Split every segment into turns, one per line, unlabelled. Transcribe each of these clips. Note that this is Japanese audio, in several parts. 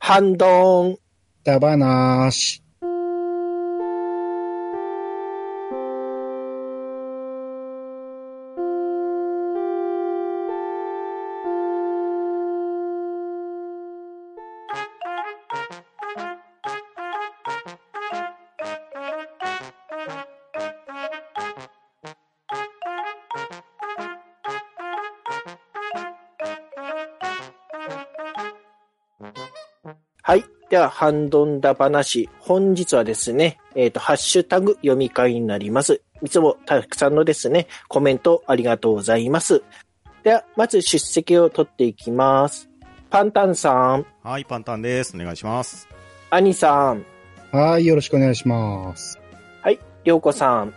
ハンドン。
だばなし。
はい。では、ハンドンダ話。本日はですね、えっ、と、ハッシュタグ読み会になります。いつもたくさんのですね、コメントありがとうございます。では、まず出席を取っていきます。パンタンさん、
はい、パンタンです。お願いします。
アニさん、
はい、よろしくお願いします。
はい、りょうこさん、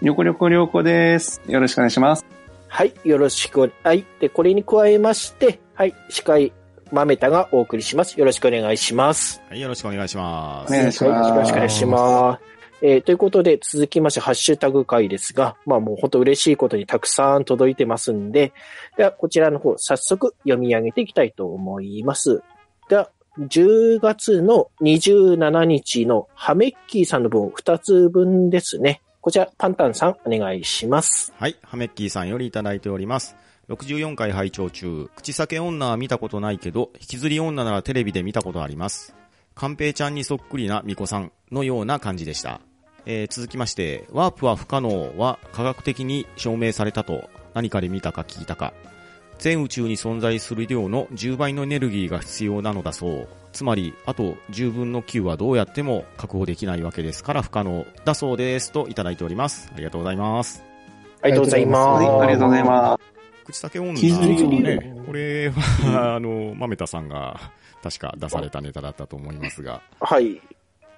にょこにょこにょこです。よろしくお願いします。
はい、よろしく。はい。で、これに加えまして、はい、司会、まめたがお送りします。よろしくお願いします。
はい、よろしくお願いしま
お
す。
願いします。
よろしくお願いします。えーということで、続きまして、ハッシュタグ会ですが、まあもう本当嬉しいことにたくさん届いてますんで、では、こちらの方、早速読み上げていきたいと思います。では、10月の27日のハメッキーさんの分、2つ分ですね。こちら、パンタンさん、お願いします。
はい、ハメッキーさんよりいただいております。64回拝聴中、口裂け女は見たことないけど、引きずり女ならテレビで見たことあります。寛平ちゃんにそっくりな巫女さんのような感じでした。えー続きまして、ワープは不可能は科学的に証明されたと何かで見たか聞いたか。全宇宙に存在する量の10倍のエネルギーが必要なのだそう。つまり、あと10分の9はどうやっても確保できないわけですから不可能だそうですといただいております。ありがとうございます。
ありがとうございま
は
す。
い、ありがとうございま
口裂け女
傷
に
ね、これは、あの、まめたさんが、確か出されたネタだったと思いますが、
はい。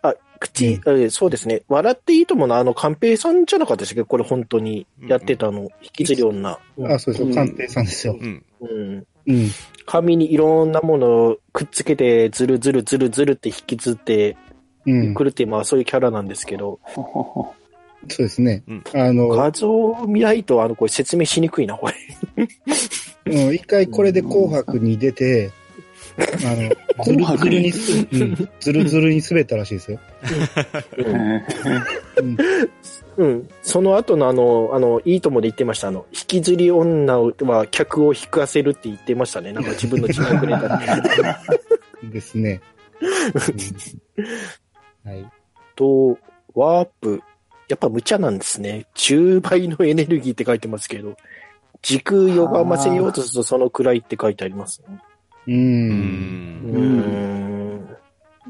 あ、口、えそうですね。笑っていいともの、あの、寛平さんじゃなかったでしたっけど、これ本当にやってたの、引きずり女。
あ、そうです
う
よ。
ん
鑑定さんですよ。
うん。
うん。
うん。
紙にいろんなものをくっつけて、ずるずるずるずるって引きずって
うん。
くるっていう、まあそういうキャラなんですけど、
す。ほほ
そうですね
うん。
あの、
画像を見ないと、あの、これ説明しにくいな、これ。
うん一回これで紅白に出て、あの、ず
紅
るずる
白に
にす、うんずるずるに滑ったらしいですよ。
ほ
うん
えー
う
う
ん
ん。その後のあの、あの、いいともで言ってました、あの、引きずり女は客を引かせるって言ってましたね。なんか自分の字幕ネタで。
ですね。うんはい。
と、ワープ、やっぱ無茶なんですね。10倍のエネルギーって書いてますけど、時空歪ませようとするとそのくらいって書いてありますね。
う。
うんん。
うーん。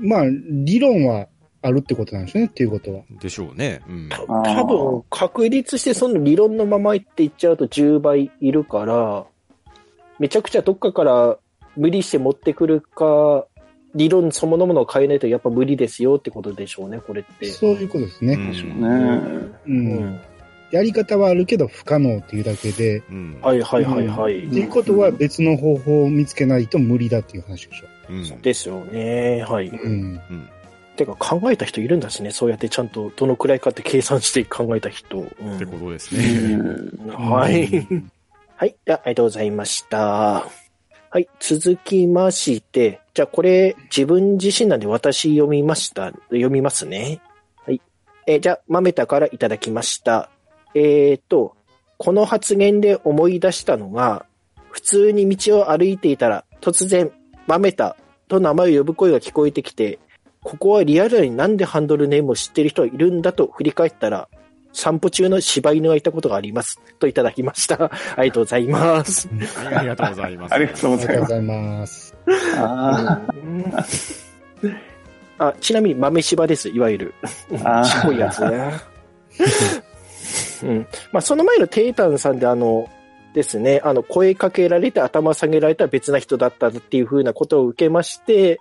まあ、理論はあるってことなんですね、っていうことは。
でしょうね。うん。
あー
多分、確立してその理論のままいっていっちゃうと10倍いるから、めちゃくちゃどっかから無理して持ってくるか、理論そのものを変えないとやっぱ無理ですよってことでしょうね、これって。
そういうことです
う。
ね。
でしょうんね。
うん。やり方はあるけど不可能っていうだけで、
うん。
はいはいはいはい。
っていうことは別の方法を見つけないと無理だっていう話でしょ。
うん。
ですよね。はい。
うん。
うん。
てか考えた人いるんですね。そうやってちゃんとどのくらいかって計算して考えた人。うん
ってことです
う
ね。
ん
はい。
うん。
はい。じゃあ、ありがとうございました。はい。続きまして、じゃあこれ自分自身なんで私読みました。読みますね。はい。えーじゃあ、まめたからいただきました。えー、と、この発言で思い出したのが、普通に道を歩いていたら突然、まめたと名前を呼ぶ声が聞こえてきて、ここはリアルになんでハンドルネームを知ってる人がいるんだと振り返ったら、散歩中の柴犬がいたことがあります。といただきました。 ありがとうございます。
はいありがとうございます。
ありがとう
あ
ご
り
ざ
が
い
とう
ま
ご
す。
ざいます。
あ
あちなみに豆柴です、いわゆる。
ーあ
しょぼいやつね。 うん。まあ、その前のテイタンさんで、あの、ですね、あの、声かけられて頭下げられた別な人だったっていうふうなことを受けまして、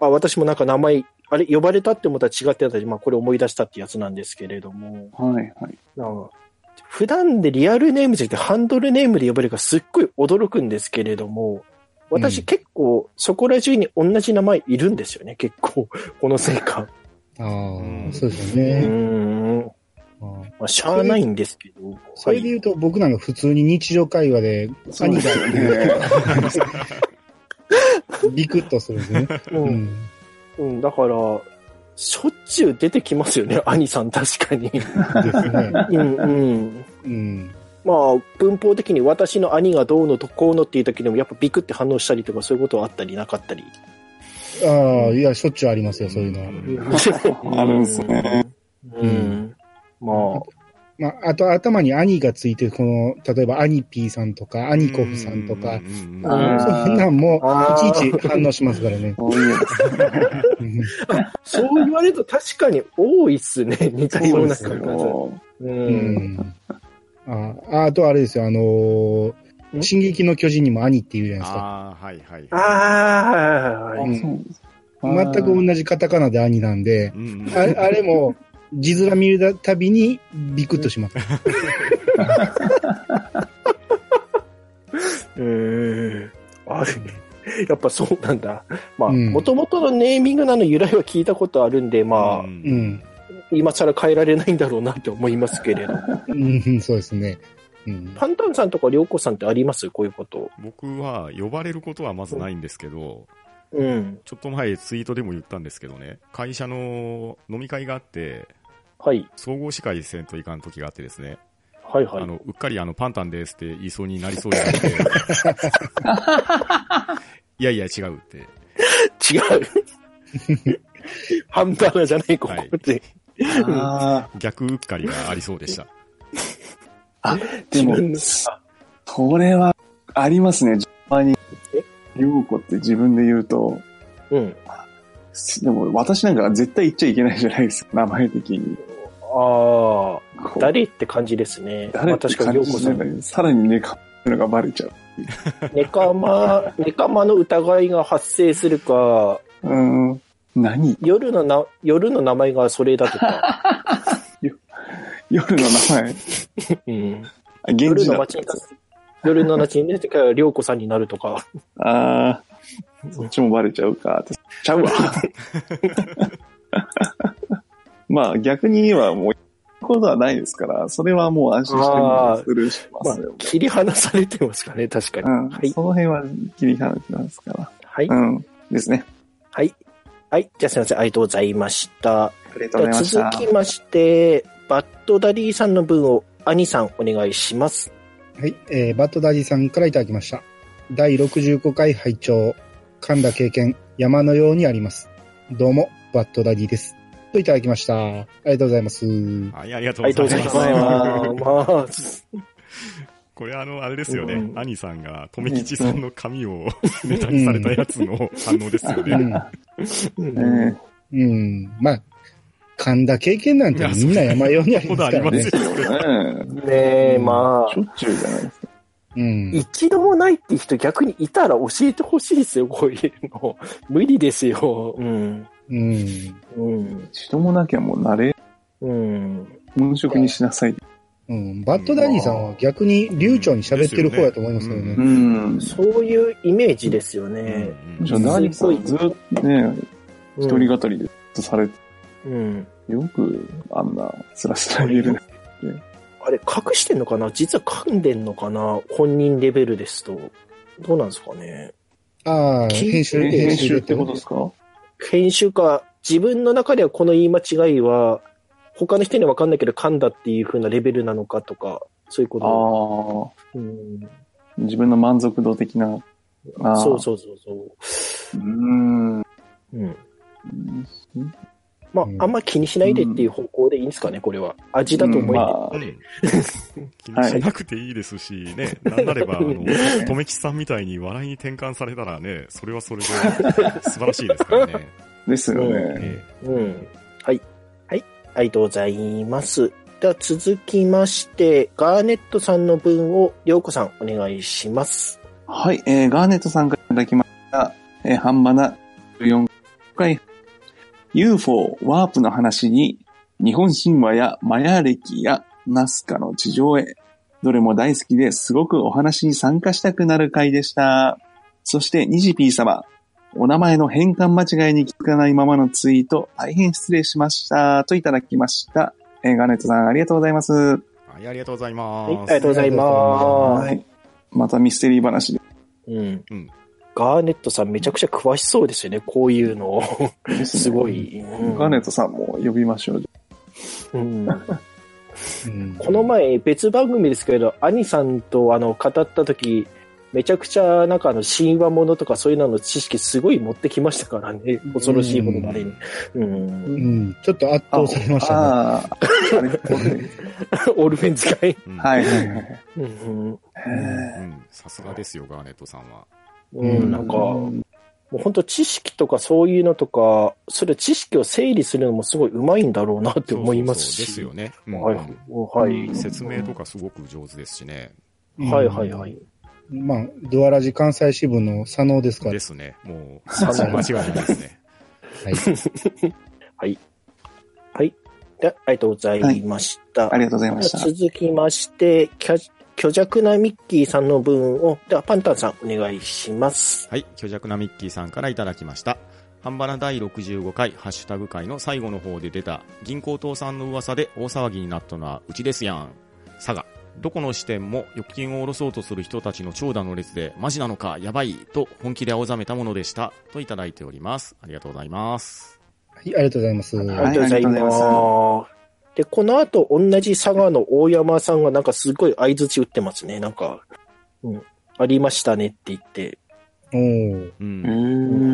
あ私もなんか名前、あれ、呼ばれたって思ったら違ってたり、まあ、これ思い出したってやつなんですけれども、
ー。はいはい。
なんか普段でリアルネームじゃなくてハンドルネームで呼ばれるからすっごい驚くんですけれども、
う
私
ん
結構そこら中に同じ名前いるんですよね、結構、このせいか。
あ
う
あ、
ん
そうです
う
よね。
ん。
ああ
まあ、しゃあないんですけど。
それで言うと僕なんか普通に日常会話で、
そうですよね。
ビクッとするんですね。
う。
うんん。
うん、だから、しょっちゅう出てきますよね、 兄さん確かに。
ですね。
うん、うん。
うん。
まあ、文法的に私の兄がどうのとこうのっていう時でも、やっぱビクって反応したりとか、そういうことはあったりなかったり。
ああ、いや、しょっちゅうありますよ、そういうのは。
あるんですね。
うん。まあ、
まあ、あと頭に兄がついてる、この、例えば兄 P さんとか、兄コフさんとか
う、ん
あ
ー
そんなんも
あ、ー
いちいち反応しますからね。
多いです
うん
そう言われると確かに多いっすね、似たような
よ
感じ。う。
うんん。あああとあれですよ、あのー
ん
進撃の巨人にも兄って言うじゃないですか。
ああ、はいはい。
ああ、はいはいはい
うん
あそうです
全く同じカタカナで兄なんで、
うんうん
ああれも、字面見るたびにビクッとします。
うーん。あるね。 やっぱそうなんだ。まあ、
うん
もともとのネーミングなの由来は聞いたことあるんで、まあ、
う
う
ん
ん。
今更変えられないんだろうなと思いますけれど。
うん、そうですね。うん。
パンタンさんとかりょうこさんってありますこういうこと。
僕は呼ばれることはまずないんですけど、
うん。
ちょっと前ツイートでも言ったんですけどね、会社の飲み会があって、
はい。
総合司会せんといかん時があってですね、
はいはい
あ。の、うっかりあの、パンタンですって言いそうになりそうになって、いやいや違うって、
違う。ハンターじゃない、ここって。
あ
逆うっかりがありそうでした。
ーでも、
の
それはありますね。たまに、りょうこって自分で言うと、
うん。
でも私なんか絶対言っちゃいけないじゃないですか、名前的に。
ああ、
こう
誰って感じですね。
誰
まあ
って
確かに、
感
よう
じ
こ
じ
さ
ゃ
ん。
ないさらにね、かのがバレちゃう。
ネカマ、ネカマの疑いが発生するか、
うん。何
夜のな、夜の名前がそれだとか、
夜の 名前。
うん、
あ、源
夜
氏
の
だ。
街に立つ。夜の街に出てから、りょうこさんになるとか。
ああ、そっちもバレちゃうかって。ち ゃうわ。まあ逆に言えばもう、ことはないですから、それはもう安心してもうスルーしま
ます
よ
あ。、切り離されてますかね、確かに。
うん、
はい
その辺は切り離しますから。
はい。
うん。ですね。
はい。はい。じゃあすいません。ありがとうございました。
ありがとうございまし
じゃ
た
あ。続きまして、バッドダディさんの分を、兄さんお願いします。
はい、えー、バットダディさんからいただきました。第65回拝聴噛んだ経験、山のようにあります。どうも、バットダディです。といただきました。ありがとうございます。
はい、ありがと
ありがと
うご
うご
ざ
ざい
いま。
ます
ありがとうございます
す。
これあの、あれですよね。
うん
兄さんが、富吉さんの髪を ネタにされたやつの反応ですよ
う
ね。
ん。
まあ、
ね
うん。まあ、噛んだ経験なんてみんな山のようにありますから
うん
で
ね。
すよね。
ねえ、まあ
しょ、っちゅうじゃないですか。
うん。
一度もないって人逆にいたら教えてほしいですよ、 こういうの。無理ですよ。うん。
うん。
うん。
人もなきゃもう慣れ、
うん。
文職にしなさい。
うん、バットダディさんは逆に流暢に喋ってる方やと思いますけどね。
う
うん。
そういうイメージですよ
う
ね。
ん
むしろ何さんずっとね、
一
一人語りでずっとされて、
うん。
よくあんなスラスラ言えるね。
あれ、隠してんのかな実は噛んでんのかな本人レベルですと。どうなんですかね。
ああ、編集、
編集ってことですすか
編集か、自分の中ではこの言い間違いは、他の人には分かんないけど噛んだっていう風なレベルなのかとか、そういうこ
あ
と。
あ。
うん、
自分の満足度的な。あー。
そうそうそうそう
ん。
う。うんまあ
う、ん
あんま気にしないでっていう方向でいいんですかね、これは。味だと思い、
まあ
うん気にしなくていいですしね、なんなれば、あの、 とめきさんみたいに笑いに転換されたらね、それはそれで素晴らしいですか らね。
ですよね。
え
うん。はい。はい。ありがとうございます。では続きまして、ガーネットさんの分を、りょうこさんお願いします。
はい、えー、ガーネットさんからいただきました。えー、半ばな14回。UFO、ワープの話に、日本神話やマヤ歴やナスカの地上絵、どれも大好きですごくお話に参加したくなる回でした。そして、ニジピー様、お名前の変換間違いに気づかないままのツイート、大変失礼しました。といただきました。えー、ガーネットさんありがとうございます。
はい、ありがとうござい
はい。あ
ま
り
す。
がとうございま
はい。またミステリー話で。
す。うん
うん。
ガーネットさんめちゃくちゃ詳しそうですよね、こういう の。すごい。うん
ガーネットさんも呼びましょう。
うん
うん
この前別番組ですけれど、兄さんとあの語った時、めちゃくちゃなんかあの神話ものとかそういうのの知識すごい持ってきましたからね。恐ろしいものまでに。うん。
うん、ちょっと圧倒されましたね。
ああ、あれ
オールフェン使い。
うん
はいはいはい。
うん。
へ
うんさすがですよ、ガーネットさんは。
うん
う
うんん、
ー
なんか、もう本当知識とかそういうのとか、それ知識を整理するのもすごい上手いんだろうなって思いますし。
そうそうそうですよね。うん
はい、は
う
い。
ん
説明とかすごく上手ですしね。
うん
はいはいはい。
まあ、ドアラジ関西支部の佐野ですから
で。すね。もう、
佐野
間違いないですね。
はい。
はい。でありがとうございました。
ありがとうございました。
続きまして、虚虚弱なミッキーさんの分を、ではパンタンさんお願いします。
はい、虚弱なミッキーさんからいただきました。ハンバラ第65回ハッシュタグ会の最後の方で出た銀行倒産の噂で大騒ぎになったのはうちですやん。佐賀。どこの支店も預金を下ろそうとする人たちの長蛇の列でマジなのかやばいと本気で青ざめたものでしたといただいております。ありがとうございます。
はい、ありがとうございます。
あり
は
がとうございます。で、この後、同じ佐賀の大山さんがなんかすごい相槌打ってますね。なんか、うん、ありましたねって言って。
おー
う。
うん。
う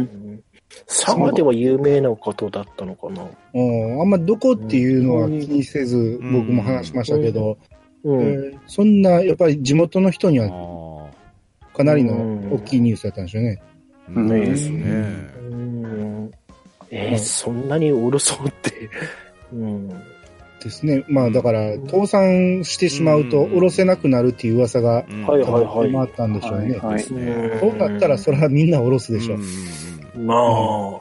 ん佐賀では有名なことだったのかな。
おーあんまどこっていうのは気にせず、
うん
僕も話しましたけど、
う
え
ん。
ーそんな、やっぱり地元の人に
ああ
は
ー。
かなりの大きいニュースだったんでしょうね。
うん
ねえ
ですね。
うんえーそんなにおろそうって。うん。
ですね。まあ、だから、倒産してしまうと、
うん
下ろせなくなるっていう噂が、
うん
はいはいはい
あったんでしょうね。
はい。
ね
そうなったら、それはみんな下ろすでしょ
うん
う。
まあ、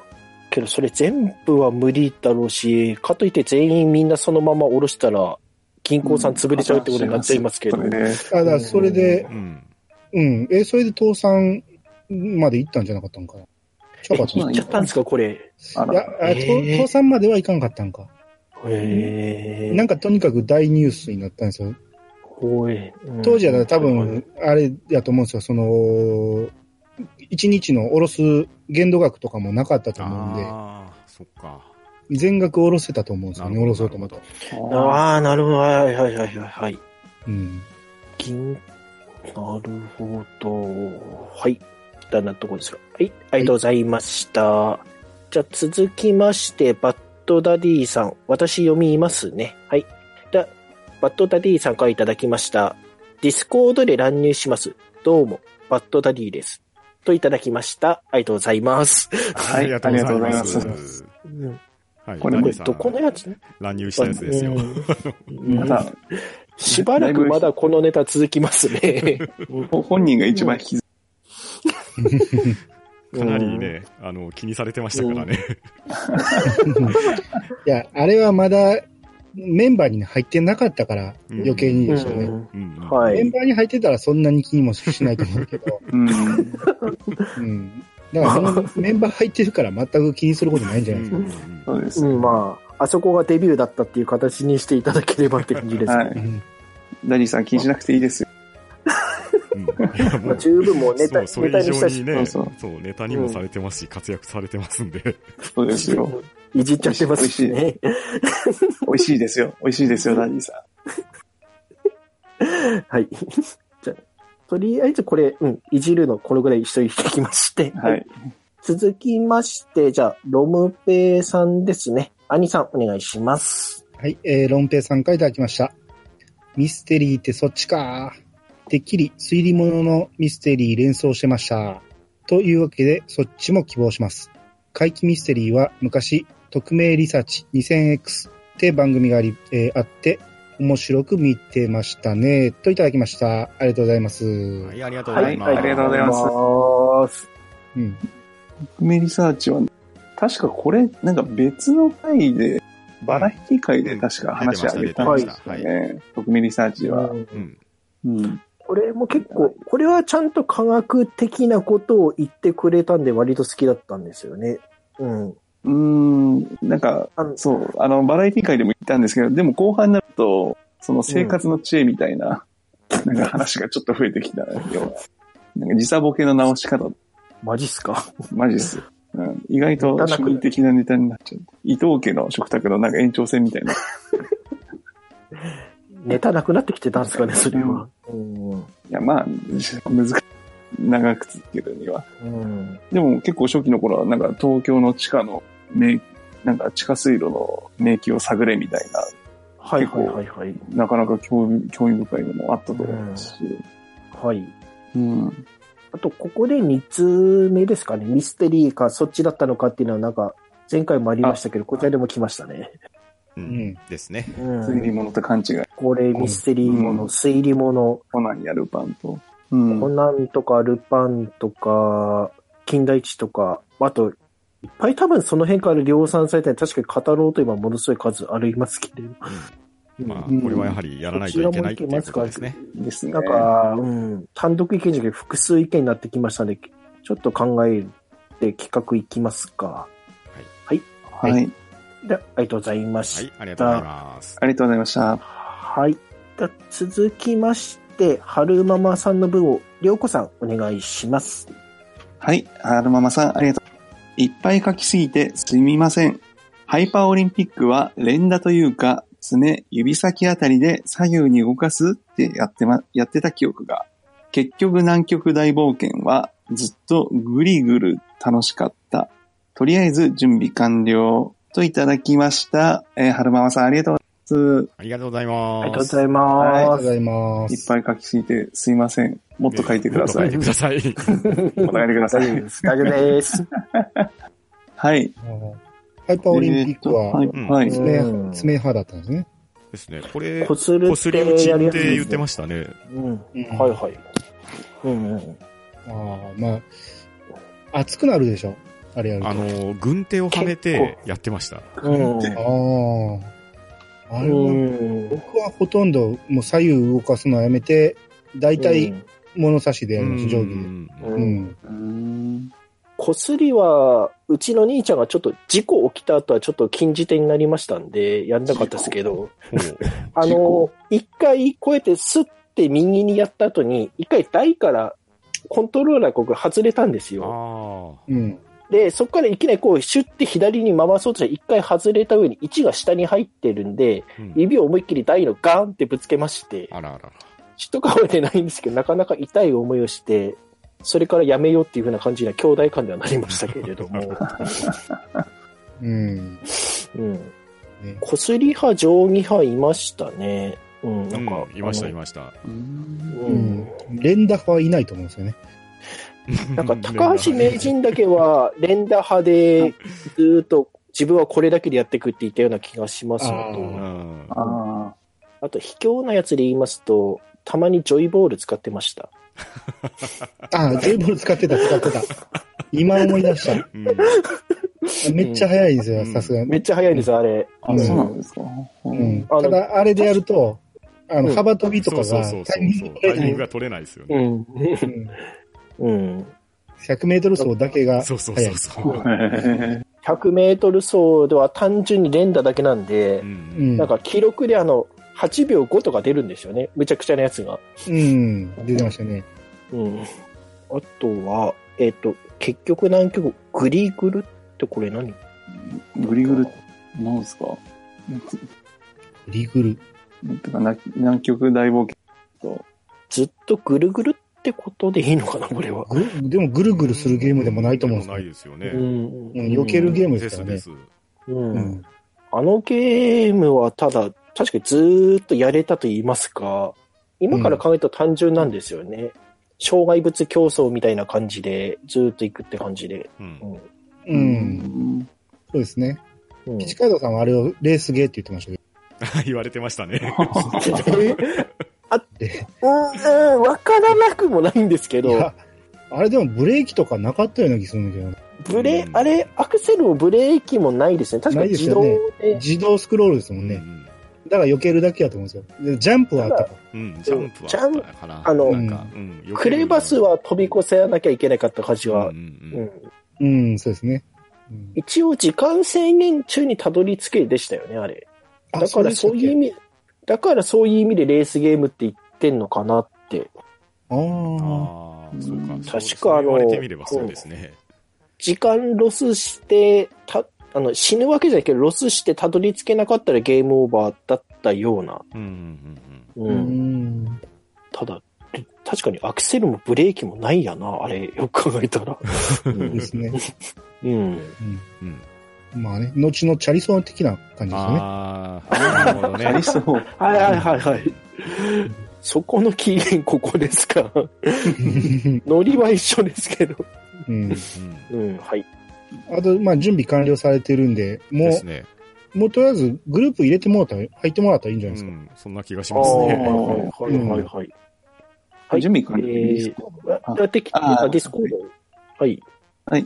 けどそれ全部は無理だろうし、かといって全員みんなそのまま下ろしたら、銀行さん潰れちゃうってことになっちゃいますけど。
それで
ただ、それで
う、ん
うん。え、それで倒産まで行ったんじゃなかったんかな。違かった
そ
ん
行っ
うなん
ち
や
ゃったんですか、これ。
あ
いや
ら、、
あ
えー
倒倒産まではいかんかったんか。
へえ。
なんかとにかく大ニュースになったんですよ。
怖い、うん
当時は多分、あれやと思うんですよ、その、一日の下ろす限度額とかもなかったと思うん
ああ、そっか。
で、全額下ろせたと思うんですよね、下
なるほ
ろ
ど
そうと思ったら。
ああ、なるほど。はいはいはいはいはい。
うん。
銀、なるほど。はい。だんなとこですよ。はい。ありがとうございました。じゃあ続きまして、バッドダディさん。私読みますね。はい。じゃあバッドダディさんからいただきました。ディスコードで乱入します。どうも、バッドダディです。といただきました。ありがとうございます。
はい
ありがとうございま。
ありがとうございます
うん、
はい、
これ
こ
ダ
れ
ニーさん
どこのやつ
乱入したやつですよ。
うん
また、
しばらくまだこのネタ続きますね。
本人が一番引きず
かなりね、あの、気にされてましたからね。
いや、あれはまだメンバーに入ってなかったから
うん
余計に
う
でしょうね。
ん。
うんうん
は
メン
い。
バーに入ってたらそんなに気にもしないと思うけど、
うん。
うん。だからそのメンバー入ってるから全く気にすることないんじゃ
う
ない
ん
です
う
か。
んうん
そうです
う。ん、まあ、あそこがデビューだったっていう形にしていただければって感じですね。
は
う
い。
ん
ダディさん気にしなくていいですよ。
うんいやも
まあ
う
十分もうネ
そ
タ
う、そ
ネタ
れ以
にした
上に
し、
ね、
そ
そう、
そう
ネタにもされてますし、活躍されてますんで。
そうですよ。
いじっちゃってますしね。
美味しいですよ。美味しいですよ、ダディさん。
はい。 じゃあとりあえずこれ、うん、いじるのこのぐらい一緒にしてきまして。
はい。
続きまして、じゃあ、ロムペイさんですね。兄さん、お願いします。
はい、えー、ロンペイさんからいただきました。ミステリーってそっちか。てっきり推理物のミステリー連想してました。というわけで、そっちも希望します。怪奇ミステリーは昔、匿名リサーチ 2000X って番組があり、えーあって、面白く見てましたね。といただきました。ありがとうございます。
はい、ありがとうござ
はいい、
ます。
ありがとうございます
ます。
うん。
メリサーチは、確かこれ、なんか別の回で、バラエティ回で確か話あげたんです
出て
よ
ました出
ね。特メリサーチは。
うん
うん。
これも結構、これはちゃんと科学的なことを言ってくれたんで、割と好きだったんですよね。うん。
うーん、なんか
あ、の
そう、あの、バラエティ会でも言ったんですけど、でも後半になると、その生活の知恵みたいな、なんか話がちょっと増えてきたような。なんか時差ボケの直し方とか、
マジっすか。
マジです。うん、意外と趣味的なネタになっちゃう。伊藤家の食卓のなんか延長線みたいな。い
ネタなくなってきてたんですかね、それは。うん。
や、まあ、難しい。長く続けるには。
うん。
でも結構初期の頃は、なんか東京の地下の迷、なんか地下水路の迷宮を探れみたいな、
はいはいはいはい。
なかなか興味興味深いのもあったと思いますし。
はい。
うん。
あと、ここで3つ目ですかね。ミステリーか、そっちだったのかっていうのは、なんか、前回もありましたけど、こちらでも来ましたね。
う。
うんん。
ですね。
う
推理
ん。
物と勘違い。
これ、ミステリーもの、
うん
推理もの、
コナンやルパンと。うん。
コナンとか、ルパンとか、金田一とか、あと、いっぱい多分その辺から量産されたり、確かに語ろうと今ものすごい数ありますけれど。
まあ、
うん
これはやはりやらないといけないっていうことですね。
ですね。
なんか、うん、単独意見じゃなくて複数意見になってきましたので、ちょっと考えて企画いきますか。
はい、
は
で、ありがとうございま
は
し
い、ありがとうございます。
ありがとうございました
た。。はい。では続きまして、春ママさんの分を、りょうこさん、お願いします。
はい。アルママさん、ありがとう。いっぱい書きすぎてすみません。ハイパーオリンピックは連打というか、爪、指先あたりで左右に動かすってやってま、やってた記憶が。結局南極大冒険はずっとぐりぐる楽しかった。とりあえず準備完了といただきました。えー、はるままさんありがとうございます。
ありがとうござい
あ
ま
りがとうご
す。
ざい
ありがと
ま
う
す。
ございま
いっ
す。
ぱい書きすぎてすいません。もっと書いてくださ
もっと書
い
い。てください。
お願いくださ
大丈夫
い
で。す。大丈夫です。
はい。
うんハイパーオリンピックは、
えーとはい。はい
爪
うん
爪派だったんですね。
ですね。これ、
こする
こすり打ち
やり
っ
やすいです
て
ね
言ってましたね。
うん。
うん
はいはい。うんうん。
ああ、まあ、熱くなるでしょ。あれやると。
あ
あ
の、軍手をはめてやってました。
うん。
あ。あれは、
うん。
僕はほとんどもう左右動かすのはやめて、大体物差しでやります、定規で。
うん
う
うん。
ん。
うん
こすりは、うちの兄ちゃんがちょっと事故起きた後はちょっと禁じ手になりましたんで、やんなかったですけど、あ
事
の
故、
一回こうやってスッて右にやった後に、一回台からコントローラーここ外れたんですよ。
ほう。あ
うん。
で、そこからいきなりこうシュッて左に回そうとして一回外れた上に1が下に入ってるんで、
あ。うん
指を思いっきり台のガーンってぶつけまして、
あらあら。
血とかは出ないんですけど、なかなか痛い思いをして、それからやめようっていう風な感じには兄弟間ではなりましたけれど も。
うん。
うん。
ね
こすり派、定規派いましたね。うん、なんか。
うんいました、い
あ
ました。
うん
の
う
うん
ん。。連打派はいないと思うんですよね。
なんか、高橋名人だけは、連打派で、ずーっと、自分はこれだけでやっていくって言ったような気がします
う
の
ん。
ああ。
と、あと、卑怯なやつで言いますと、たまにジョイボール使ってました。
ああ、ジョイボール使ってた、使ってた。今思い出した。
うん
めっちゃ早いんです
う
よ、
ん
さすが
めっ
に。
ちゃ早いんですよ、あれ。
あ、そうなんですか。う
うんん。ただ、あれでやると、あ
う
の、
ん
幅跳びとか
そう
が
そう、そう
タ
そ
イミング
う。タ
取れ
イミ
な
ン
い
グが取れないですよ
うん。
う
ね。
ん
うん。
100メートル走だけが、
そうそうそうそう。
100メートル走では単純に連打だけなんで
う、
うんん。
なんか記録であの、8秒5とか出るんですよね。むちゃくちゃなやつが。
うん、出てましたね。
うん。あとは、えっ、と、結局何曲、グリグルってこれ何
グリグル、なんですか
リグル。
てかな南極大冒険と、
ずっとぐるぐるってことでいいのかな、これは。
ぐでも、ぐるぐるするゲームでもないと思うん
で
です
も
よ
ないですよね。
ん
うん避けるゲーム
で
ですか
す
ら
で
ね。
す。
うん
うん。
あのゲームはただ、確かにずーっとやれたと言いますか、今から考えると単純なんですよね。障害物競争みたいな感じで、ずーっと行くって感じで。
うん
うん。
う。
うんん。
そうですね。
うん
ピチカイドさんはあれをレースゲーって言ってましたけど。
言われてましたね。
で
うん、うん、わからなくもないんですけ
い
ど、
や、あれでもブレーキとかなかったような気するんだけどな。
ブレ、
うん
あれ、アクセルもブレーキもないですね。確か
ないです
自
よ
動
ね
で。
自動スクロールですもんね。だから避けるだけやと思うんですよ。でジャンプはあったか。
うん、ジャンプはあったから。
あの
なんか、うん避ける
クレバスは飛び越せなきゃいけなかった感じは、
うんう
うん
うん
ん
うん、そうですね。うん
一応時間制限中にたどり着けでしたよね、あれ。
あ
だからそういう意
で
味、だからそういう意味でレースゲームって言ってんのかなって。
ああ。
ああ、そうか。
確か
そう
あの
言われてみればそうですね。
時間ロスして、た、あの、死ぬわけじゃないけど、ロスしてたどり着けなかったらゲームオーバーだったような。
うんうん
う。
う
うん
んん。
ただ、確かにアクセルもブレーキもないやな、あれ、よく考えたら。うん
ですね。
うん。
うん。うん
まあね、後のチャリソン的な感じですね。
ああ、なるほど
あり
ね。
そう。
はいはいはいはい。そこの期限ここですか。乗りは一緒ですけど。
うん。
うん
うん、はい。
あと、まあ、準備完了されてるんで、も
ですね。
う、もうとりあえずグループ入れてもらったら、入ってもらったらいいんじゃ
う
ないですか。
ん、そんな気がし
ああ、
ます
はい
ね。
はいはいはい。はい
準備完了
え
です
ー。やってきて、
あ
あ、ディスコード。はい。
はい。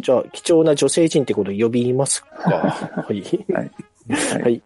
じゃあ、貴重な女性陣ってこと呼びますか。はい。
はい
はい。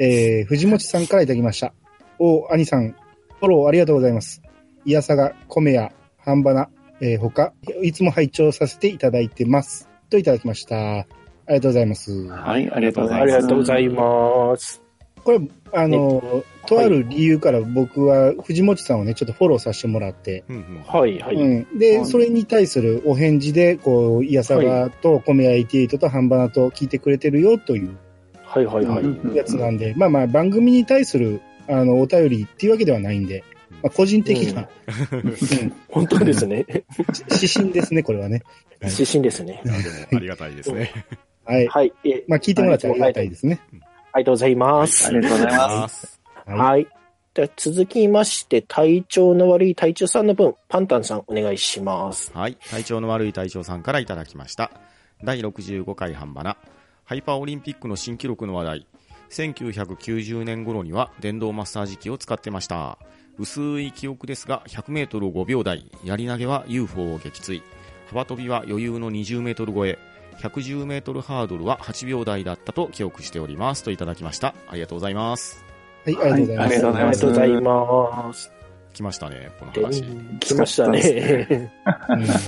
えー、藤持さんからいただきました。お兄さん、フォローありがとうございます。いやさが、米や、半ばな、えー、他、いつも拝聴させていただいてます。といただきました。ありがとうございます。
はい、ありがとうござい
あ
ます。
りがとうございます。
これ、あの、とある理由から僕は藤持さんをね、ちょっとフォローさせてもらって、
うんうん
はいはい。
うん。で、
はい
それに対するお返事で、こう、イヤサガと、コメヤ88と、ハンバナと聞いてくれてるよという
はいはいはい。
うん
やつなんで、まあまあ、番組に対する、あの、お便りっていうわけではないんで、まあ、個人的な、
本当ですね。
指針ですね、これはね。はい
指針ですね。
あでもありがたいですね。
はい。
はい。え、
まあ、聞いてもらってありがたいですね。
ありがとうございます
あ。りがとうございます。
す。
は
はい。では続きまして、体調の悪い体調さんの分、パンタンさんお願いします。
はい。体調の悪い隊長さんからいただきました。第65回半ばな。ハイパーオリンピックの新記録の話題。1990年頃には電動マッサージ機を使ってました。薄い記憶ですが、100メートルを5秒台。やり投げは UFO を撃墜。幅跳びは余裕の20メートル超え。110メートルハードルは8秒台だったと記憶しております。といただきました。ありがとうございます。
い、ありがとうございま
ありが
す。
とうござい
ありがとうござ
ます
います。
来ましたね、この
で
話。
来ました
使ったん
ね。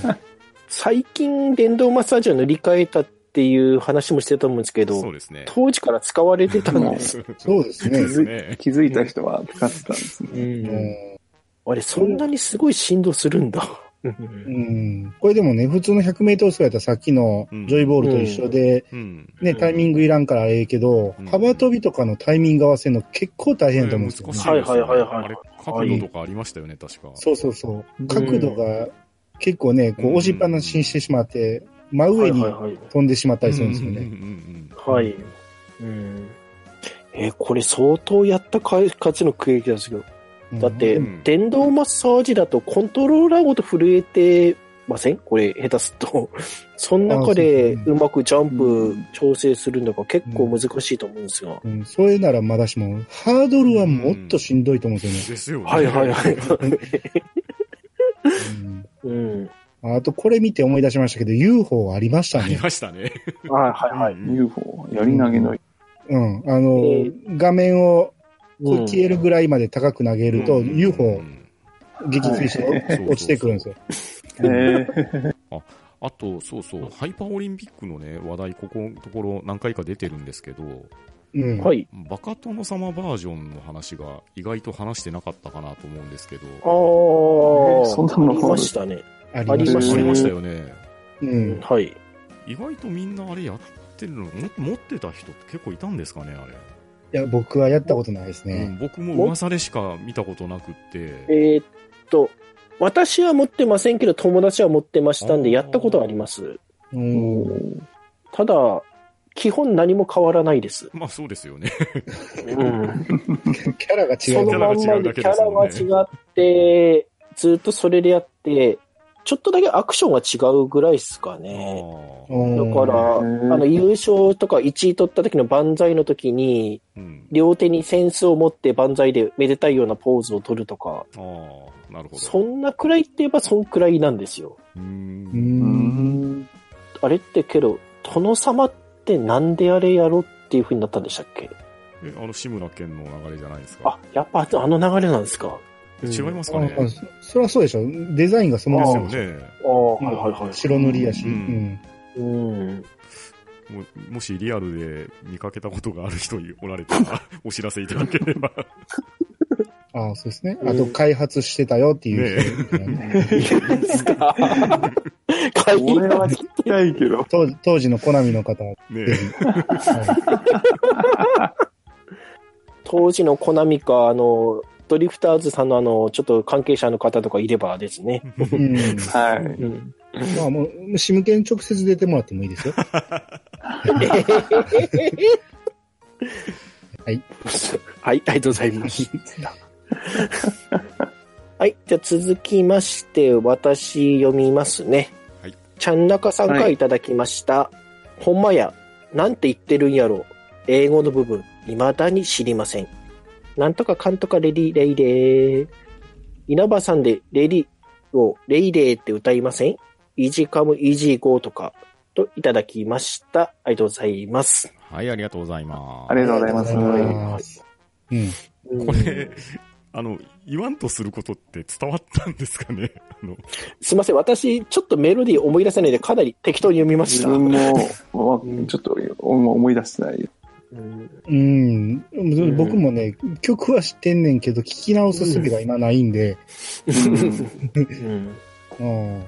最近、電動マッサージを塗り替えたっていう話もしてたと思うんですけ
そう
ど、
ですね。
当時から使われてたんです。
うんそうですね。
ですね。
気づいた人は使ってたんですね。
うん。
も
あれ、そんなにすごい振動するんだ。
ううん、これでもね、普通の100メートル走やったらさっきのジョイボールと一緒で、
うん。
ね、タイミングいらんからええけど、
うん
幅跳びとかのタイミング合わせるの結構大変だと思うんですよ、
難しい
ね
は。
ですよね
はいはいはいはい
あれ、角度とかありましたよね、確か。
そうそうそう。角度が結構ね、こう押しっぱなしにしてしまって、真
は
上
い
に
はいはい。
飛んでしまったりするんですよ
うんう
ね。
んうん
はい。うん。えーこれ相当やったか勝ちの区域なんですけど。
うん
だって、
うん
電動マッサージだとコントローラーごと震えてませんこれ、下手すっと。 その中で
あそう
うまくジャン
う
プ
ん
調整するのが結構難しいと思うんですが。
うん、それならまだしも、ハードルはもっとしんどいと思うんですよ
ですよね。
はいはいはい。
ね。
うん。
うん、あと、これ見て思い出しましたけど、UFO ありました
あり
ね。
ましたね。
はいはいはい。
うん
UFO、やり投げの、
うん。あの、
え
画面をこう
うん
消えるぐらいまで高く投げると、
うん
UFO
うん
撃墜して
そうそうそう
落ちてくるんですよ。
えー、
あと、そうそう、ハイパーオリンピックのね、話題、ここのところ何回か出てるんですけど、
うん。
はい。
バカ殿様バージョンの話が意外と話してなかったかなと思うんですけど、
あー、
そんなの
ありましたね。
あ
ありました
あ
ね
りましたよね。
う
うんん、。はい。
意外とみんなあれやってるの、も持ってた人って結構いたんですかね、あれ。
いや、僕はやったことないです
う
ね。
ん僕も噂でしか見たことなくって、
えーっと、私は持ってませんけど、友達は持ってましたんで、やったことはあります。
うん。
ただ、基本何も変わらないです。
まあそうですよね。
うん。
キャラが違
そうの
から。
まんまでキャラが違って、ずっとそれでやって、ちょっとだけアクションが違うぐらいですかね。
ああ
だ
だ
から、あ
うん
の、優勝とか1位取った時の万歳の時に、
うん
両手に扇子を持って万歳でめでたいようなポーズを取るとか、
ああ、なるほど。
そんなくらいって言えばそんくらいなんですよ。
うー。
うんん。
あれってけど、殿様ってなんであれやろっていう風になったんでしたっけ
え、あの、志村けんの流れじゃないですか
あ。、やっぱあの流れなんですか。。
違いますすかね。
あそそりゃそうでしょ。デザインがそのまま
です
でし
よ
ょ。
ね。
ああ、はいはいはい。
白塗りやし。
う
うんん。
うん。
ももしリ ア ルで見かけたことがある人おられたら、お知らせいただければ。
ああ、そうですね。あと、開発してたよっていう人、
ですか会議
俺は聞きたいけど。
当当時のコナミの方は、
ね
ぜひ。は
当時のコナミか、あの、ドリフターズさんのあの、ちょっと関係者の方とかいればですね。
いうん
はい。
うん。
まあもう、シムケン直接出てもらってもいいですよ。はい。
はい、ありがとうございます。はい、じゃあ続きまして、私読みますね。
はい。
ちゃんなかさんからいただきました。ほんまや、なんて言ってるんやろ。英語の部分、未だに知りません。なんとかかんとかレディレイレー。稲葉さんでレディをレイレーって歌いませんイージーカムイージーゴーとか、といただきました。ありがとうございます。
はい、ありがとうございます。
ありがとうございます。
ありがとうござい
ます。うん。
これ、あの、言わんとすることって伝わったんですかねあの、
すいません。私、ちょっとメロディー思い出せないで、かなり適当に読みまし
自
た。
分も、わちょっと思い出してない。
うん
うん。
ん
僕もね、曲は知ってんねんけど、聞き直す術が今ないんで。
うん
うん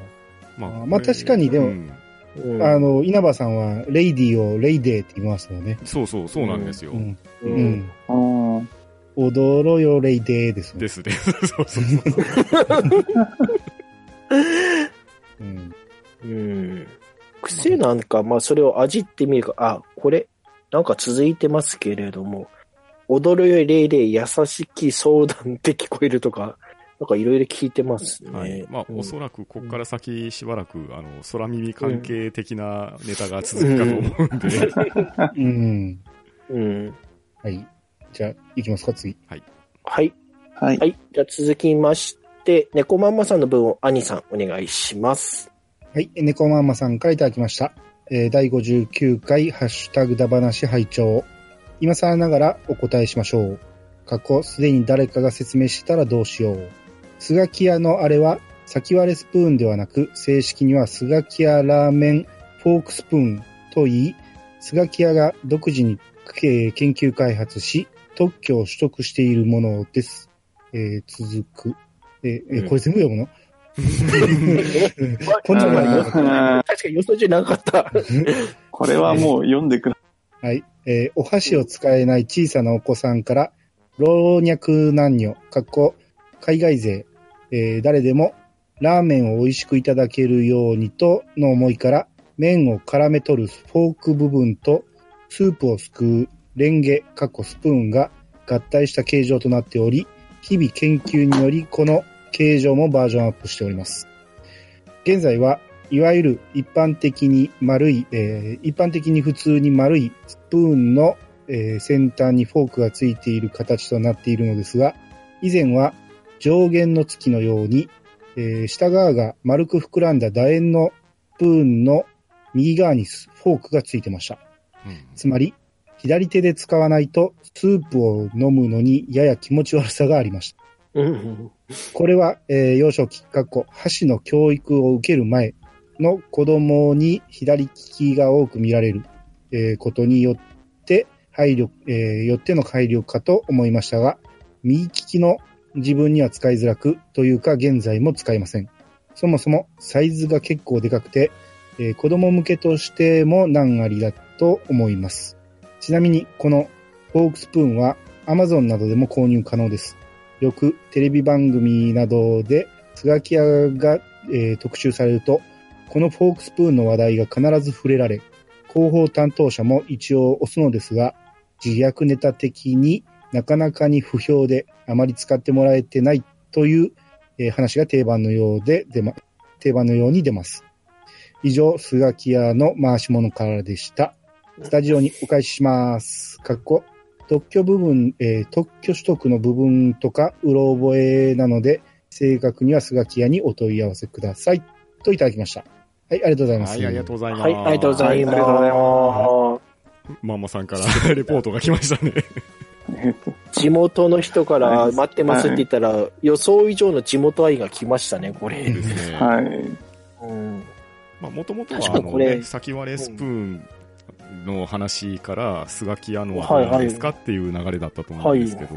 ま
あまあ
これ
確かにでも
うん
うん
あの、稲葉さんは、レイディをレイデーって言いますもんね。
そうそう、そうなんですよ。
うん。
う
うんん。
うん。うん
踊ろよ、レイデーですもん
ですです。 そうそうそう。
うん。
うん癖なんか、まあ、それを味ってみるか、あ、これ、なんか続いてますけれども、踊るよりレイレイ優しき相談って聞こえるとか、なんかいろいろ聞いてますね。
はい。まあ、
うん
おそらく、こっから先しばらく、あの、空耳関係的なネタが続くかと思うんで、
うん。
うん。
はい。じゃあ、行きますか、次。
はい。
はい
は。い。じゃあ続きまして、猫ママさんの分を兄さんお願いします。
はい。猫ママさんからいただきました。えー第59回ハッシュタグだ話拝聴今更ながらお答えしましょう。過去すでに誰かが説明してたらどうしよう。スガキ屋のあれは先割れスプーンではなく正式にはスガキ屋ラーメンフォークスプーンと言い、スガキ屋が独自に、えー研究開発し特許を取得しているものです。えー続く。えーえーこれ全部読むの、こんなのあります
確かに予想中なかった。
これはもう読んでくだ
はい。えーお箸を使えない小さなお子さんから、老若男女、かっこ、海外勢、えー誰でも、ラーメンを美味しくいただけるようにとの思いから、麺を絡め取るフォーク部分と、スープをすくうレンゲ、かっこスプーンが合体した形状となっており、日々研究により、この形状もバージョンアップしております。現在は、いわゆる一般的に丸い、えー一般的に普通に丸いスプーンの、えー先端にフォークがついている形となっているのですが、以前は上限の月のように、えー下側が丸く膨らんだ楕円のスプーンの右側にフォークがついてました。つまり、左手で使わないとスープを飲むのにやや気持ち悪さがありました。
うん。
これは、えー幼少期、かっこ、箸の教育を受ける前の子供に左利きが多く見られる、えーことによって、配慮、えーよっての配慮かと思いましたが、右利きの自分には使いづらく、というか現在も使いません。そもそもサイズが結構でかくて、えー子供向けとしても難ありだと思います。ちなみに、このフォークスプーンは Amazon などでも購入可能です。よくテレビ番組などで、スガキ屋が、えー特集されると、このフォークスプーンの話題が必ず触れられ、広報担当者も一応押すのですが、自虐ネタ的になかなかに不評で、あまり使ってもらえてないという、えー話が定番のようで出ま、定番のように出ます。以上、スガキ屋の回し物からでした。スタジオにお返しします。かっこ特許部分、えー特許取得の部分とか、うろ覚えなので、正確にはスガキ屋にお問い合わせください。といただきました。はい、ありがとうございます。
はい、ありがとうございます。
はい、ありがとうございます。
はいありがとうござ
ま
い
ママさんからレポートが来ましたね。
さい。
す。地元の人から待ってますって言ったら、予想以上の地元愛が来ましたね、これ。
ですね。
はい。
うん。
まあ、もともとは、
確
あ
かに
の、
これ
ね、先割れスプーンの話から、スガキ屋のはどうなんですかっていう流れだったと思うんですけど、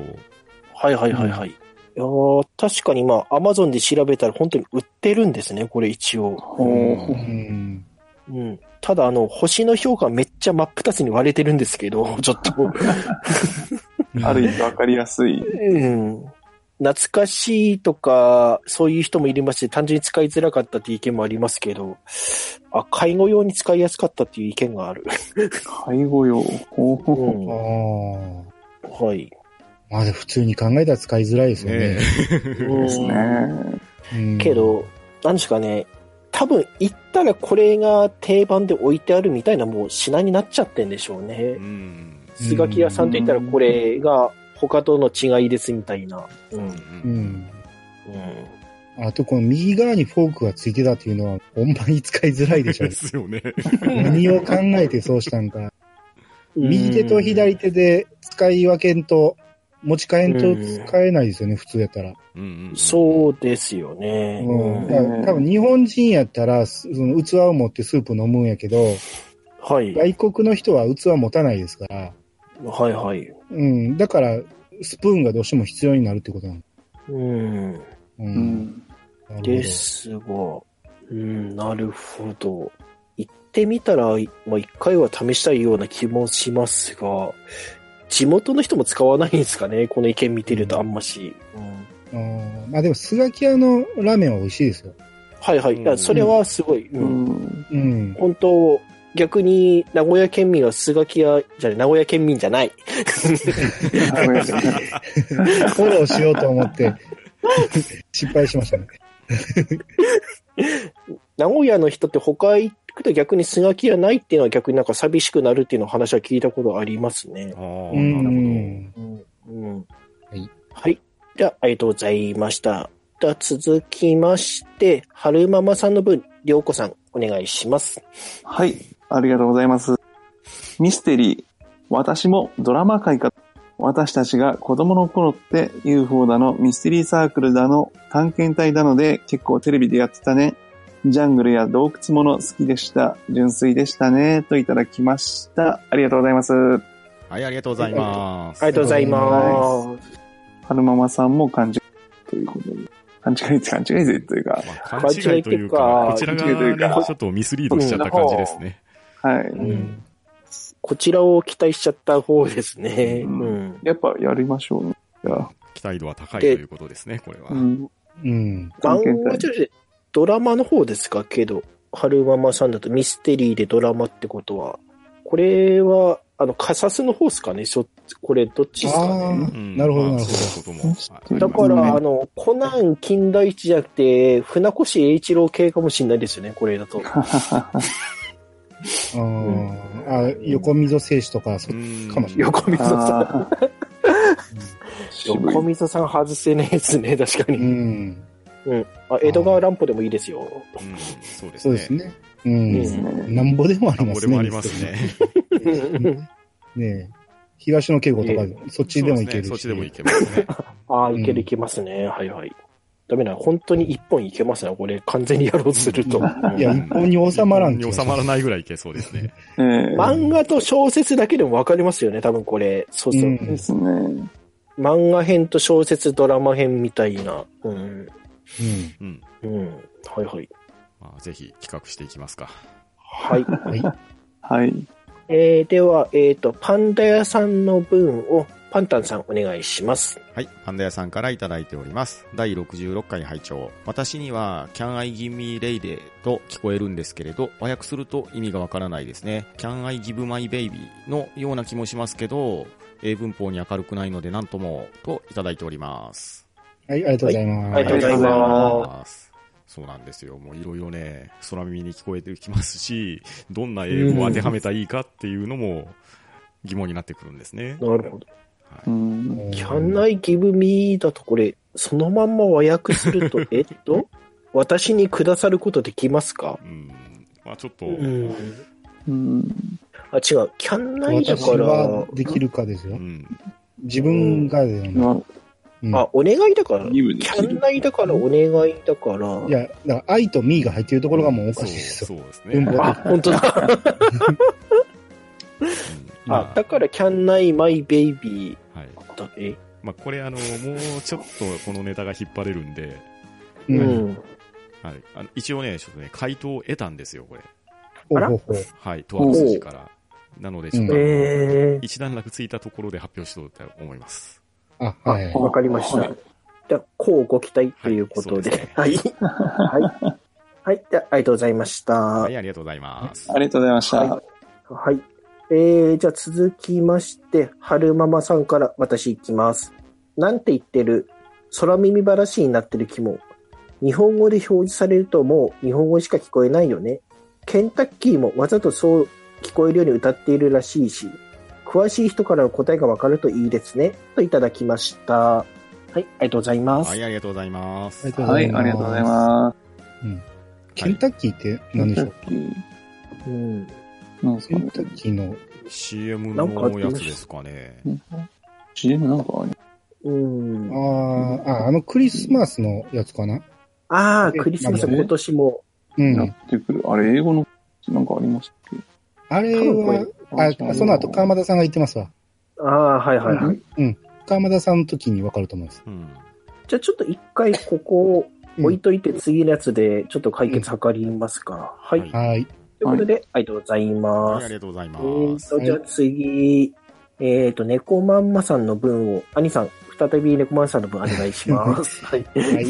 はいはいはいはい。いやー確かにまあ、アマゾンで調べたら本当に売ってるんですね、これ一応。
ほ
う
う。
ん。
うん。ただ、あの、星の評価めっちゃ真っ二つに割れてるんですけど、 ちょっと。
ある意味わかりやすい。
うん。懐かしいとか、そういう人もいりまして、単純に使いづらかったっていう意見もありますけど、あ、介護用に使いやすかったっていう意見がある。
介護用。ほうほう
うん。は
あ
ほう。
あ。
い。
まあでも普通に考えたら使いづらいですよね
ね。
ですね。
うん
け、ど、なんですかね、多分行ったらこれが定番で置いてあるみたいなもう品になっちゃってんでしょうね
う。ん。
スガキ屋さんといったらこれが他との違いですみたいな。うん。うん。
う
うん
ん。あと、この右側にフォークがついてたっていうのは、ほんまに使いづらいでしょ
で。 すよね。
何を考えてそうしたんか。
うん
右手と左手で使い分けんと、持ち替えんと使えないですよね、普通やったら。
うんうんうん
そうですよね。
うん。
うん
だから多分日本人やったら、その器を持ってスープ飲むんやけど、
はい。はい
外国の人は器持たないですから。
はい。
うん。だから、スプーンがどうしても必要になるってことなの。
うん。
う
う。ん。
なるほど
ですが、うん、なるほど。行ってみたら、まあ一回は試したいような気もしますが、地元の人も使わないんですかねこの意見見てるとあんまし。うん
うんまあでも、スガキ屋のラーメンは美味しいですよ。
はいはい。いやそれはすごい。
う
うん
ん。
うん。
本当、逆に名古屋県民はスガキ屋、じゃない、名古屋県民じゃない。
ごめんなさい
フォローしようと思って、失敗しましたね。
名古屋の人って他行くと逆にスガキ屋ないっていうのは逆になんか寂しくなるっていうの話は聞いたことありますね。
あ
う
あ、なるほど。
ん。
うん。うん。
はい。
はい。じゃあ、ありがとうございました。では続きまして、春ママさんの分、りょうこさん、お願いします。
はい、ありがとうございます。ミステリー、私もドラマ界か、私たちが子供の頃って UFO だの、ミステリーサークルだの、探検隊だので結構テレビでやってたね。ジャングルや洞窟もの好きでした。純粋でしたね。といただきました。ありがとうございます。
はい、ありがとうございます。
ありがとうございま。
ます春ママさんも勘違いということで。勘違い、勘違いぜというか。
まあ勘違いというか、こちら
勘違いというか
がねちょっとミスリードしちゃった感じですね。
はい。
うん。こちらを期待しちゃった方ですね。
うん
うん
やっぱやりましょうね。じゃあ
期待度は高いということですね、これは。
うん。
うん。
漫
探検
画
隊
じ。ゃなくてドラマの方ですかけど、春ママさんだとミステリーでドラマってことは、これは、あの、カサスの方ですかねしょこれ、どっちですかね
あ
う
ー
ん
なるほど
まあ
なるほど
そういうことも。
だか
うん
ら、あの、コナン近代一じゃなくて、船越英一郎系かもしれないですよね、これだと。
あーあ、横溝選手とか、そ
うん
かもしれない
横溝さん。
あー渋い
横溝さん外せないですね、確か
う
に。
ん。
あ、江戸川乱歩でもいいですよ。
うんそうです
そう
ね。
ですね。う
いい
ん
です。ね。
なんぼでもあり
あ
ま
こ
す
れ
ね。
もありますね。
ねえ東野敬吾とか、そっちでもいけるし。
そうですねそっちでもいけますね。
ああ、いけるいけますね。はいはい。ダメな、本当に一本いけますね。これ、完全にやろうとすると。
いや、一本に収まらん気が
収
する
まらないぐらいいけそうですね。
えー
漫画と小説だけでも分かりますよね、多分これ。そうそう。
うん
ですね。
漫画編と小説、ドラマ編みたいな。うん。
うん。
うん。
うん。はいはい。
まあ、ぜひ企画していきますか。
はい。
はい。
はい。
えー、では、えっ、と、パンダ屋さんの分を、パンタンさんお願いします。
はい。パンダ屋さんからいただいております。第66回拝聴私には、can I give me lady と聞こえるんですけれど、和訳すると意味がわからないですね。can I give my baby のような気もしますけど、英文法に明るくないので何とも、といただいております。。
はい、ありがとうございます。
ありがとうございます
そうなんですよ。もういろいろね、空耳に聞こえてきますし、どんな英語を当てはめたらいいかっていうのも疑問になってくるんですね。
なるほど。
はい
うん。
Can I give me だとこれ、そのまんま和訳すると、えっ と、私にくださることできますか
うん。まあちょっと、
うん。
うん。
あ、違う。Can I だ
私
から、
はできるかです
う
よ。
ん。
自分がで、
まあ
うん
あ、お願いだから、
義務で
キ
き
ャ
る
ンナイだからお願いだから。
いや、だから、愛とミーが入ってるところがもうおかしいですよ。
そうそうです
文
ね。
法
あ、本当だ。
う
あ
んま、
だから、キャンナイマイベイビ
はい。
ーだ。え、
まあ、これあの、もうちょっとこのネタが引っ張れるんで、
う
う
ん。
ん。
はい。あの一応ね、ちょっとね、回答を得たんですよ、これ。
ほ
あ
う
ら
ほうほう。
はい、とある筋から。なので、ちょっとあの、
え
一段落ついたところで発表しようと思います。
あ、
ー、
はい。
あわかりました。
はい
じゃあ、こうご期待ということで。はい。はい。はい。じゃあ、ありがとうございました。
は、
はい
ありがとうございます。
ありがとうございました。
はいい。えー、じゃあ続きまして、春ママさんから私いきます。なんて言ってる空耳話になってる気も。日本語で表示されるともう日本語しか聞こえないよね。ケンタッキーもわざとそう聞こえるように歌っているらしいし、詳しい人からの答えがわかるといいですね。といただきました。はい、ありがとうございます。
はい、ありがとうございます。
ありがとうご
はい、ありがとうございま
ケンタッキーって何でしょ
す。
う
ケン
うん。
なんです
ケ
か
ン
ね
タッキーの、
CM
なんかあってま
のや
し
つ
た
ですかね。
CM なんかあり
うん。
あーあ、あのクリスマスのやつかな
ああ、クリスマス今年も。
う
なっ
ん。
てくる。あれ、英語の、なんかありますっ
あれ
多分これ
は、あ、その後、川
か
又さんが言ってますわ。
ああ、はいはいはい。
川又さんの時に分かると思います。
うん。
じゃあちょっと一回ここを置いといて次のやつでちょっと解決図りますか。はい。
はい
はい。
ということで、ありがとうございま
はい、
す。
ありがとうござい
え
ます。
ーと、じゃあ次、えっと、猫まんまさんの分を、兄さん、再び猫まんまさんの分お願いし ます。はい。
はい。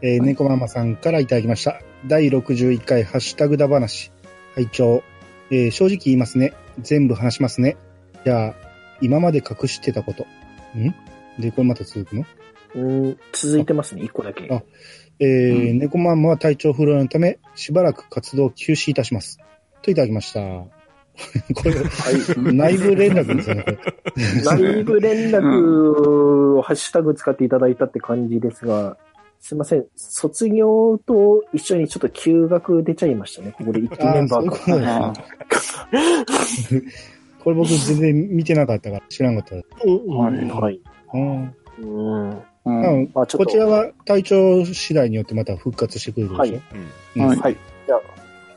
えー、猫ママさんからいただきました。第61回ハッシュタグだ話。拝聴えー正直言いますね。全部話しますね。じゃあ、今まで隠してたこと。んで、これまた続くの
うん、続いてますね、一個だけ。
あえー猫ママは体調不良のため、しばらく活動を休止いたします。といただきました。 これ、内部連絡ですよね、これ。
内部連絡をハッシュタグ使っていただいたって感じですが、すいません。卒業と一緒にちょっと休学出ちゃいましたね。ここで一期メ
あ
ン
あ、そ
バ
ういう
ーが。
ことですね。これ僕全然見てなかったから、知らんかったです。
うん
はい。
うん
うん。
うん。
まあちょっと
こちらは体調次第によってまた復活してくるでしょ、
はい。
うん。
うん
はい
はい。じゃあ、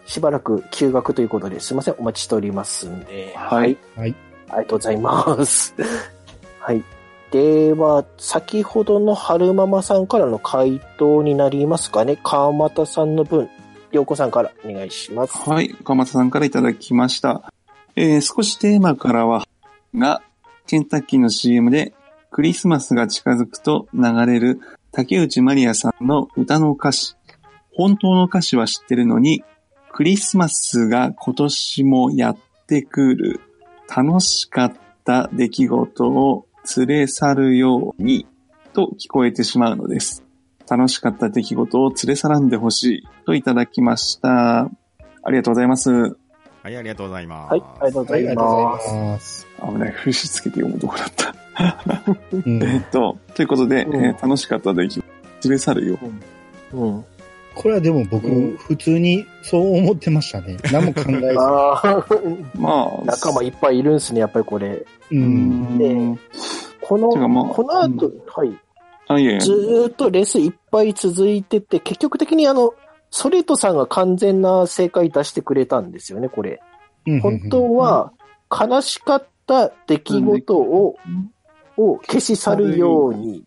しばらく休学ということですいません。お待ちしておりますんで。
はい。
はい。
ありがとうございます。 はい。では、先ほどの春ママさんからの回答になりますかね。川又さんの分、陽子さんからお願いします。
はい、岡松さんからいただきました。えー少しテーマからは、が、ケンタッキーの CM で、クリスマスが近づくと流れる竹内まりやさんの歌の歌詞。本当の歌詞は知ってるのに、クリスマスが今年もやってくる。楽しかった出来事を連れ去るように、と聞こえてしまうのです。楽しかった出来事を連れ去らんでほしい、といただきました。ありがとうございます。
はい、ありがとうございます。
はい、ありがとうご
は
ざ
い、あり
い
がとうご
ま
ざ
す。
います。
危ない、風刺つけて読むとこだった。
うん、
えっと、ということで、
うん
えー楽しかった出来事、連れ去るよ。
うん。
これはでも僕、
うん
普通にそう思ってましたね。何も考えず。
ああ、
ま あ、
仲間いっぱいいるんすね、やっぱりこれ。
う。
うんん。
この、
てかまあ
この後、
う
はい。
あ、いえいえ
ずーっとレスいっぱい続いてて、結局的にあの、ソレートさんが完全な正解出してくれたんですよね、これ。
うん
本当は、悲しかった出来事を、を消し去るように、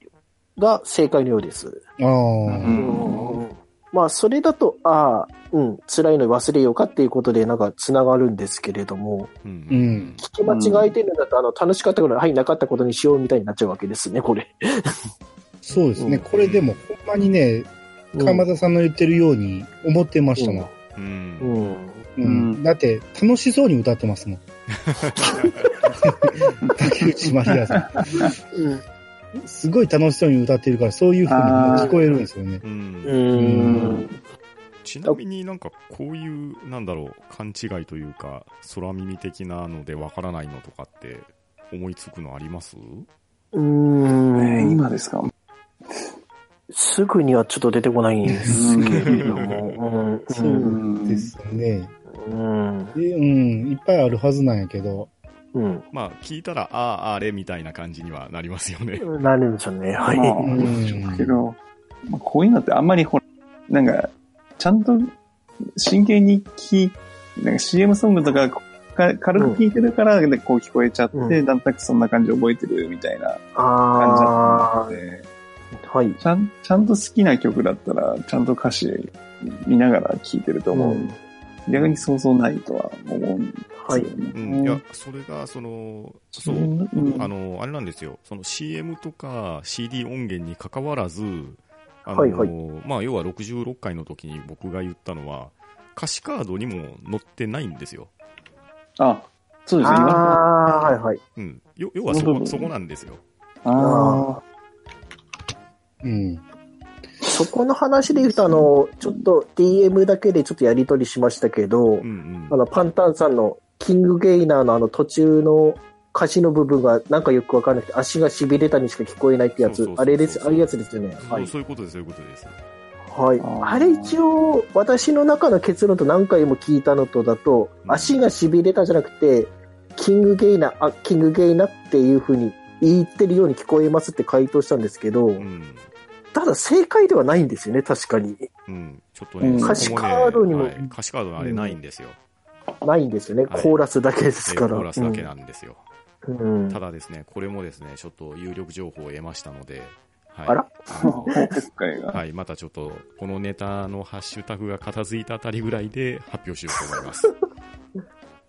が正解のようです。
ああ、
うん
まあ、それだと、ああ、うん、辛いの忘れようかっていうことで、なんか、繋がるんですけれども、
う。
うんん。
聞き間違えてるんだと、あの、楽しかったことはい、なかったことにしようみたいになっちゃうわけですね、これ。
そうですね。
うん
これでも、ほんまにね、
うん
川又さんの言ってるように思ってましたもん。
う。
うんん。
うん
うん
だって、楽しそうに歌ってますもん。竹内まりやさ
うん。
ん。すごい楽しそうに歌ってるから、そういう風にも聞こえるんですよね。
うん
うん。
ちなみになんかこういう、なんだろう、勘違いというか、空耳的なのでわからないのとかって思いつくのあります
えー
うん。
今ですか
すぐにはちょっと出てこないんですけれども。う
そ
ん。
うですね。
うん。
で、うん、いっぱいあるはずなんやけど、
うん。
まあ聞いたら、ああ、あれみたいな感じにはなりますよ ね。
うんなるんですよね。
ま
はい。
あ、ありましょうけど、まあ、こういうのってあんまりほら、なんか、ちゃんと真剣に聞いなんか CM ソングとか、か軽く聞いてるから、でこう聞こえちゃって、
う
なんとなくそんな感じ覚えてるみたいな感じだった
あ
ので、
あ、はい。
ちゃん、ちゃんと好きな曲だったら、ちゃんと歌詞見ながら聴いてると思う。
うん
逆にそうそうないとは思うんです
は
よ
い。
ね。
うん、いや、それが、その、そう、
うん
あの、あれなんですよ。その CM とか CD 音源に関わらず、あの、
はいはい
まあ、要は66回の時に僕が言ったのは、歌詞カードにも載ってないんですよ。
あ、そうですね。
あ
今
あ、はいはい。
うん。よ要はそこ、
うん
そこなんですよ。
あ
うん。
そこの話で言うと、あの、ちょっと DM だけでちょっとやりとりしましたけど
う、ん
あの、パンタンさんのキングゲイナーのあの途中の歌詞の部分がなんかよくわかんなくて、足が痺れたにしか聞こえないってや
そう
つ
そうそう、そう
あれです、ああいうやつですよね。
うん。
は
そう
い。
そういうことです、そういうことです。
はい
あ。ー
あれ一応、私の中の結論と何回も聞いたのとだと、
うん
足が痺れたじゃなくて、キングゲイナー、あ、キングゲイナーっていうふうに言ってるように聞こえますって回答したんですけど、
うん。
ただ正解ではないんですよね、確かに。
うん。ちょっとね、
うん
そこもね
歌
詞カードにも
はい歌詞カードのあれないんですよ。
ないんですよね、
はい
コーラスだけです
で
か
コ
ら。
ーラスだけなんですよ。
うん。うん
ただですね、これもですね、ちょっと有力情報を得ましたので、はい、
あら
あ、
の
報告会が。
はい、またちょっと、このネタのハッシュタグが片付いたあたりぐらいで発表しようと思います。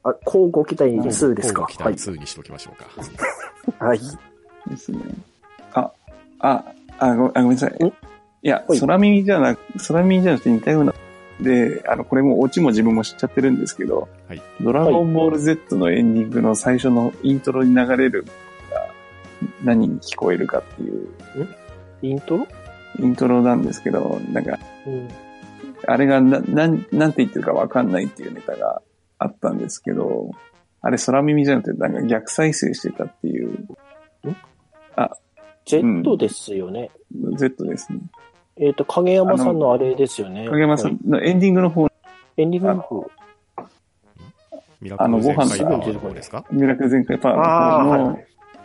あ、交互期待2ですか。
交互期待2にしときましょうか。
はい。はい。
ですね。あ、あ、あ、ごあごめんなさい
お。
いや、
はい
空耳じゃなく、空耳じゃなくて似たような。で、あの、これもオチも自分も知っちゃってるんですけど、
はい
ドラゴンボール Z のエンディングの最初のイントロに流れるが何に聞こえるかっていう
イントロ
イントロなんですけど、なんか、
うん。
あれがな、なん、なんて言ってるかわかんないっていうネタがあったんですけど、あれ空耳じゃなくて、なんか逆再生してたっていう、
Z ですよね。
Z ですね。
えっ、と、影山さんのあれですよね。
影山さ
はい
んのエンディングの方、
エンディングの方。
ミラクル
あのご飯
全開パワーの方ですか
ミラクル全開パ
あ
ワー
ー
の
はい
方の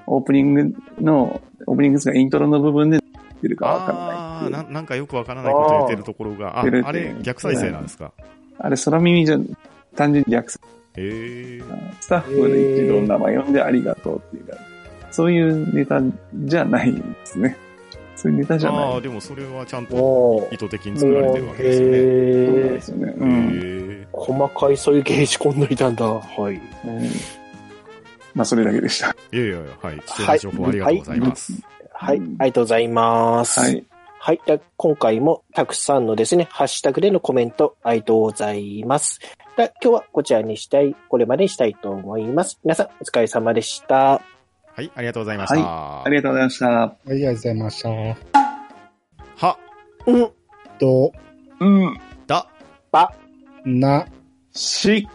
オープニングの、オープニングですがイントロの部分で出てるかわから
あ
な
ー
いって
な
いう。
んなんかよくわからないこと言ってるところが、あ
あー
あれ逆再生なんですか、
あれ空耳じゃ、単純に略す。
へえー、
スタッフで一度名前呼んでありがとうっていうか、そういうネタじゃないんですね。そういうネタじゃ
あ
な
あ、
い。
でもそれはちゃんと
おー
意図的に作られ
も
て
う
るわけですよね。へ
そうなんで
へー
すよね。
え
うん。
細かいそういう芸仕込んどいたんだ。はい。
うんまあ、それだけでした。
いやいやいや、はい。貴重な情報ありがとうございます。
はい。
うん
ありがとうございます。
はい。
はい。では今回もたくさんのですね、ハッシュタグでのコメントありがとうございます。では今日はこちらにしたい、これまでにしたいと思います。皆さんお疲れ様でした。
はい、ありがとうございました。
ありがとうございました。
ありがとうございました。
は、
うん、
と、
うん。
だ、
ば、
な、
し、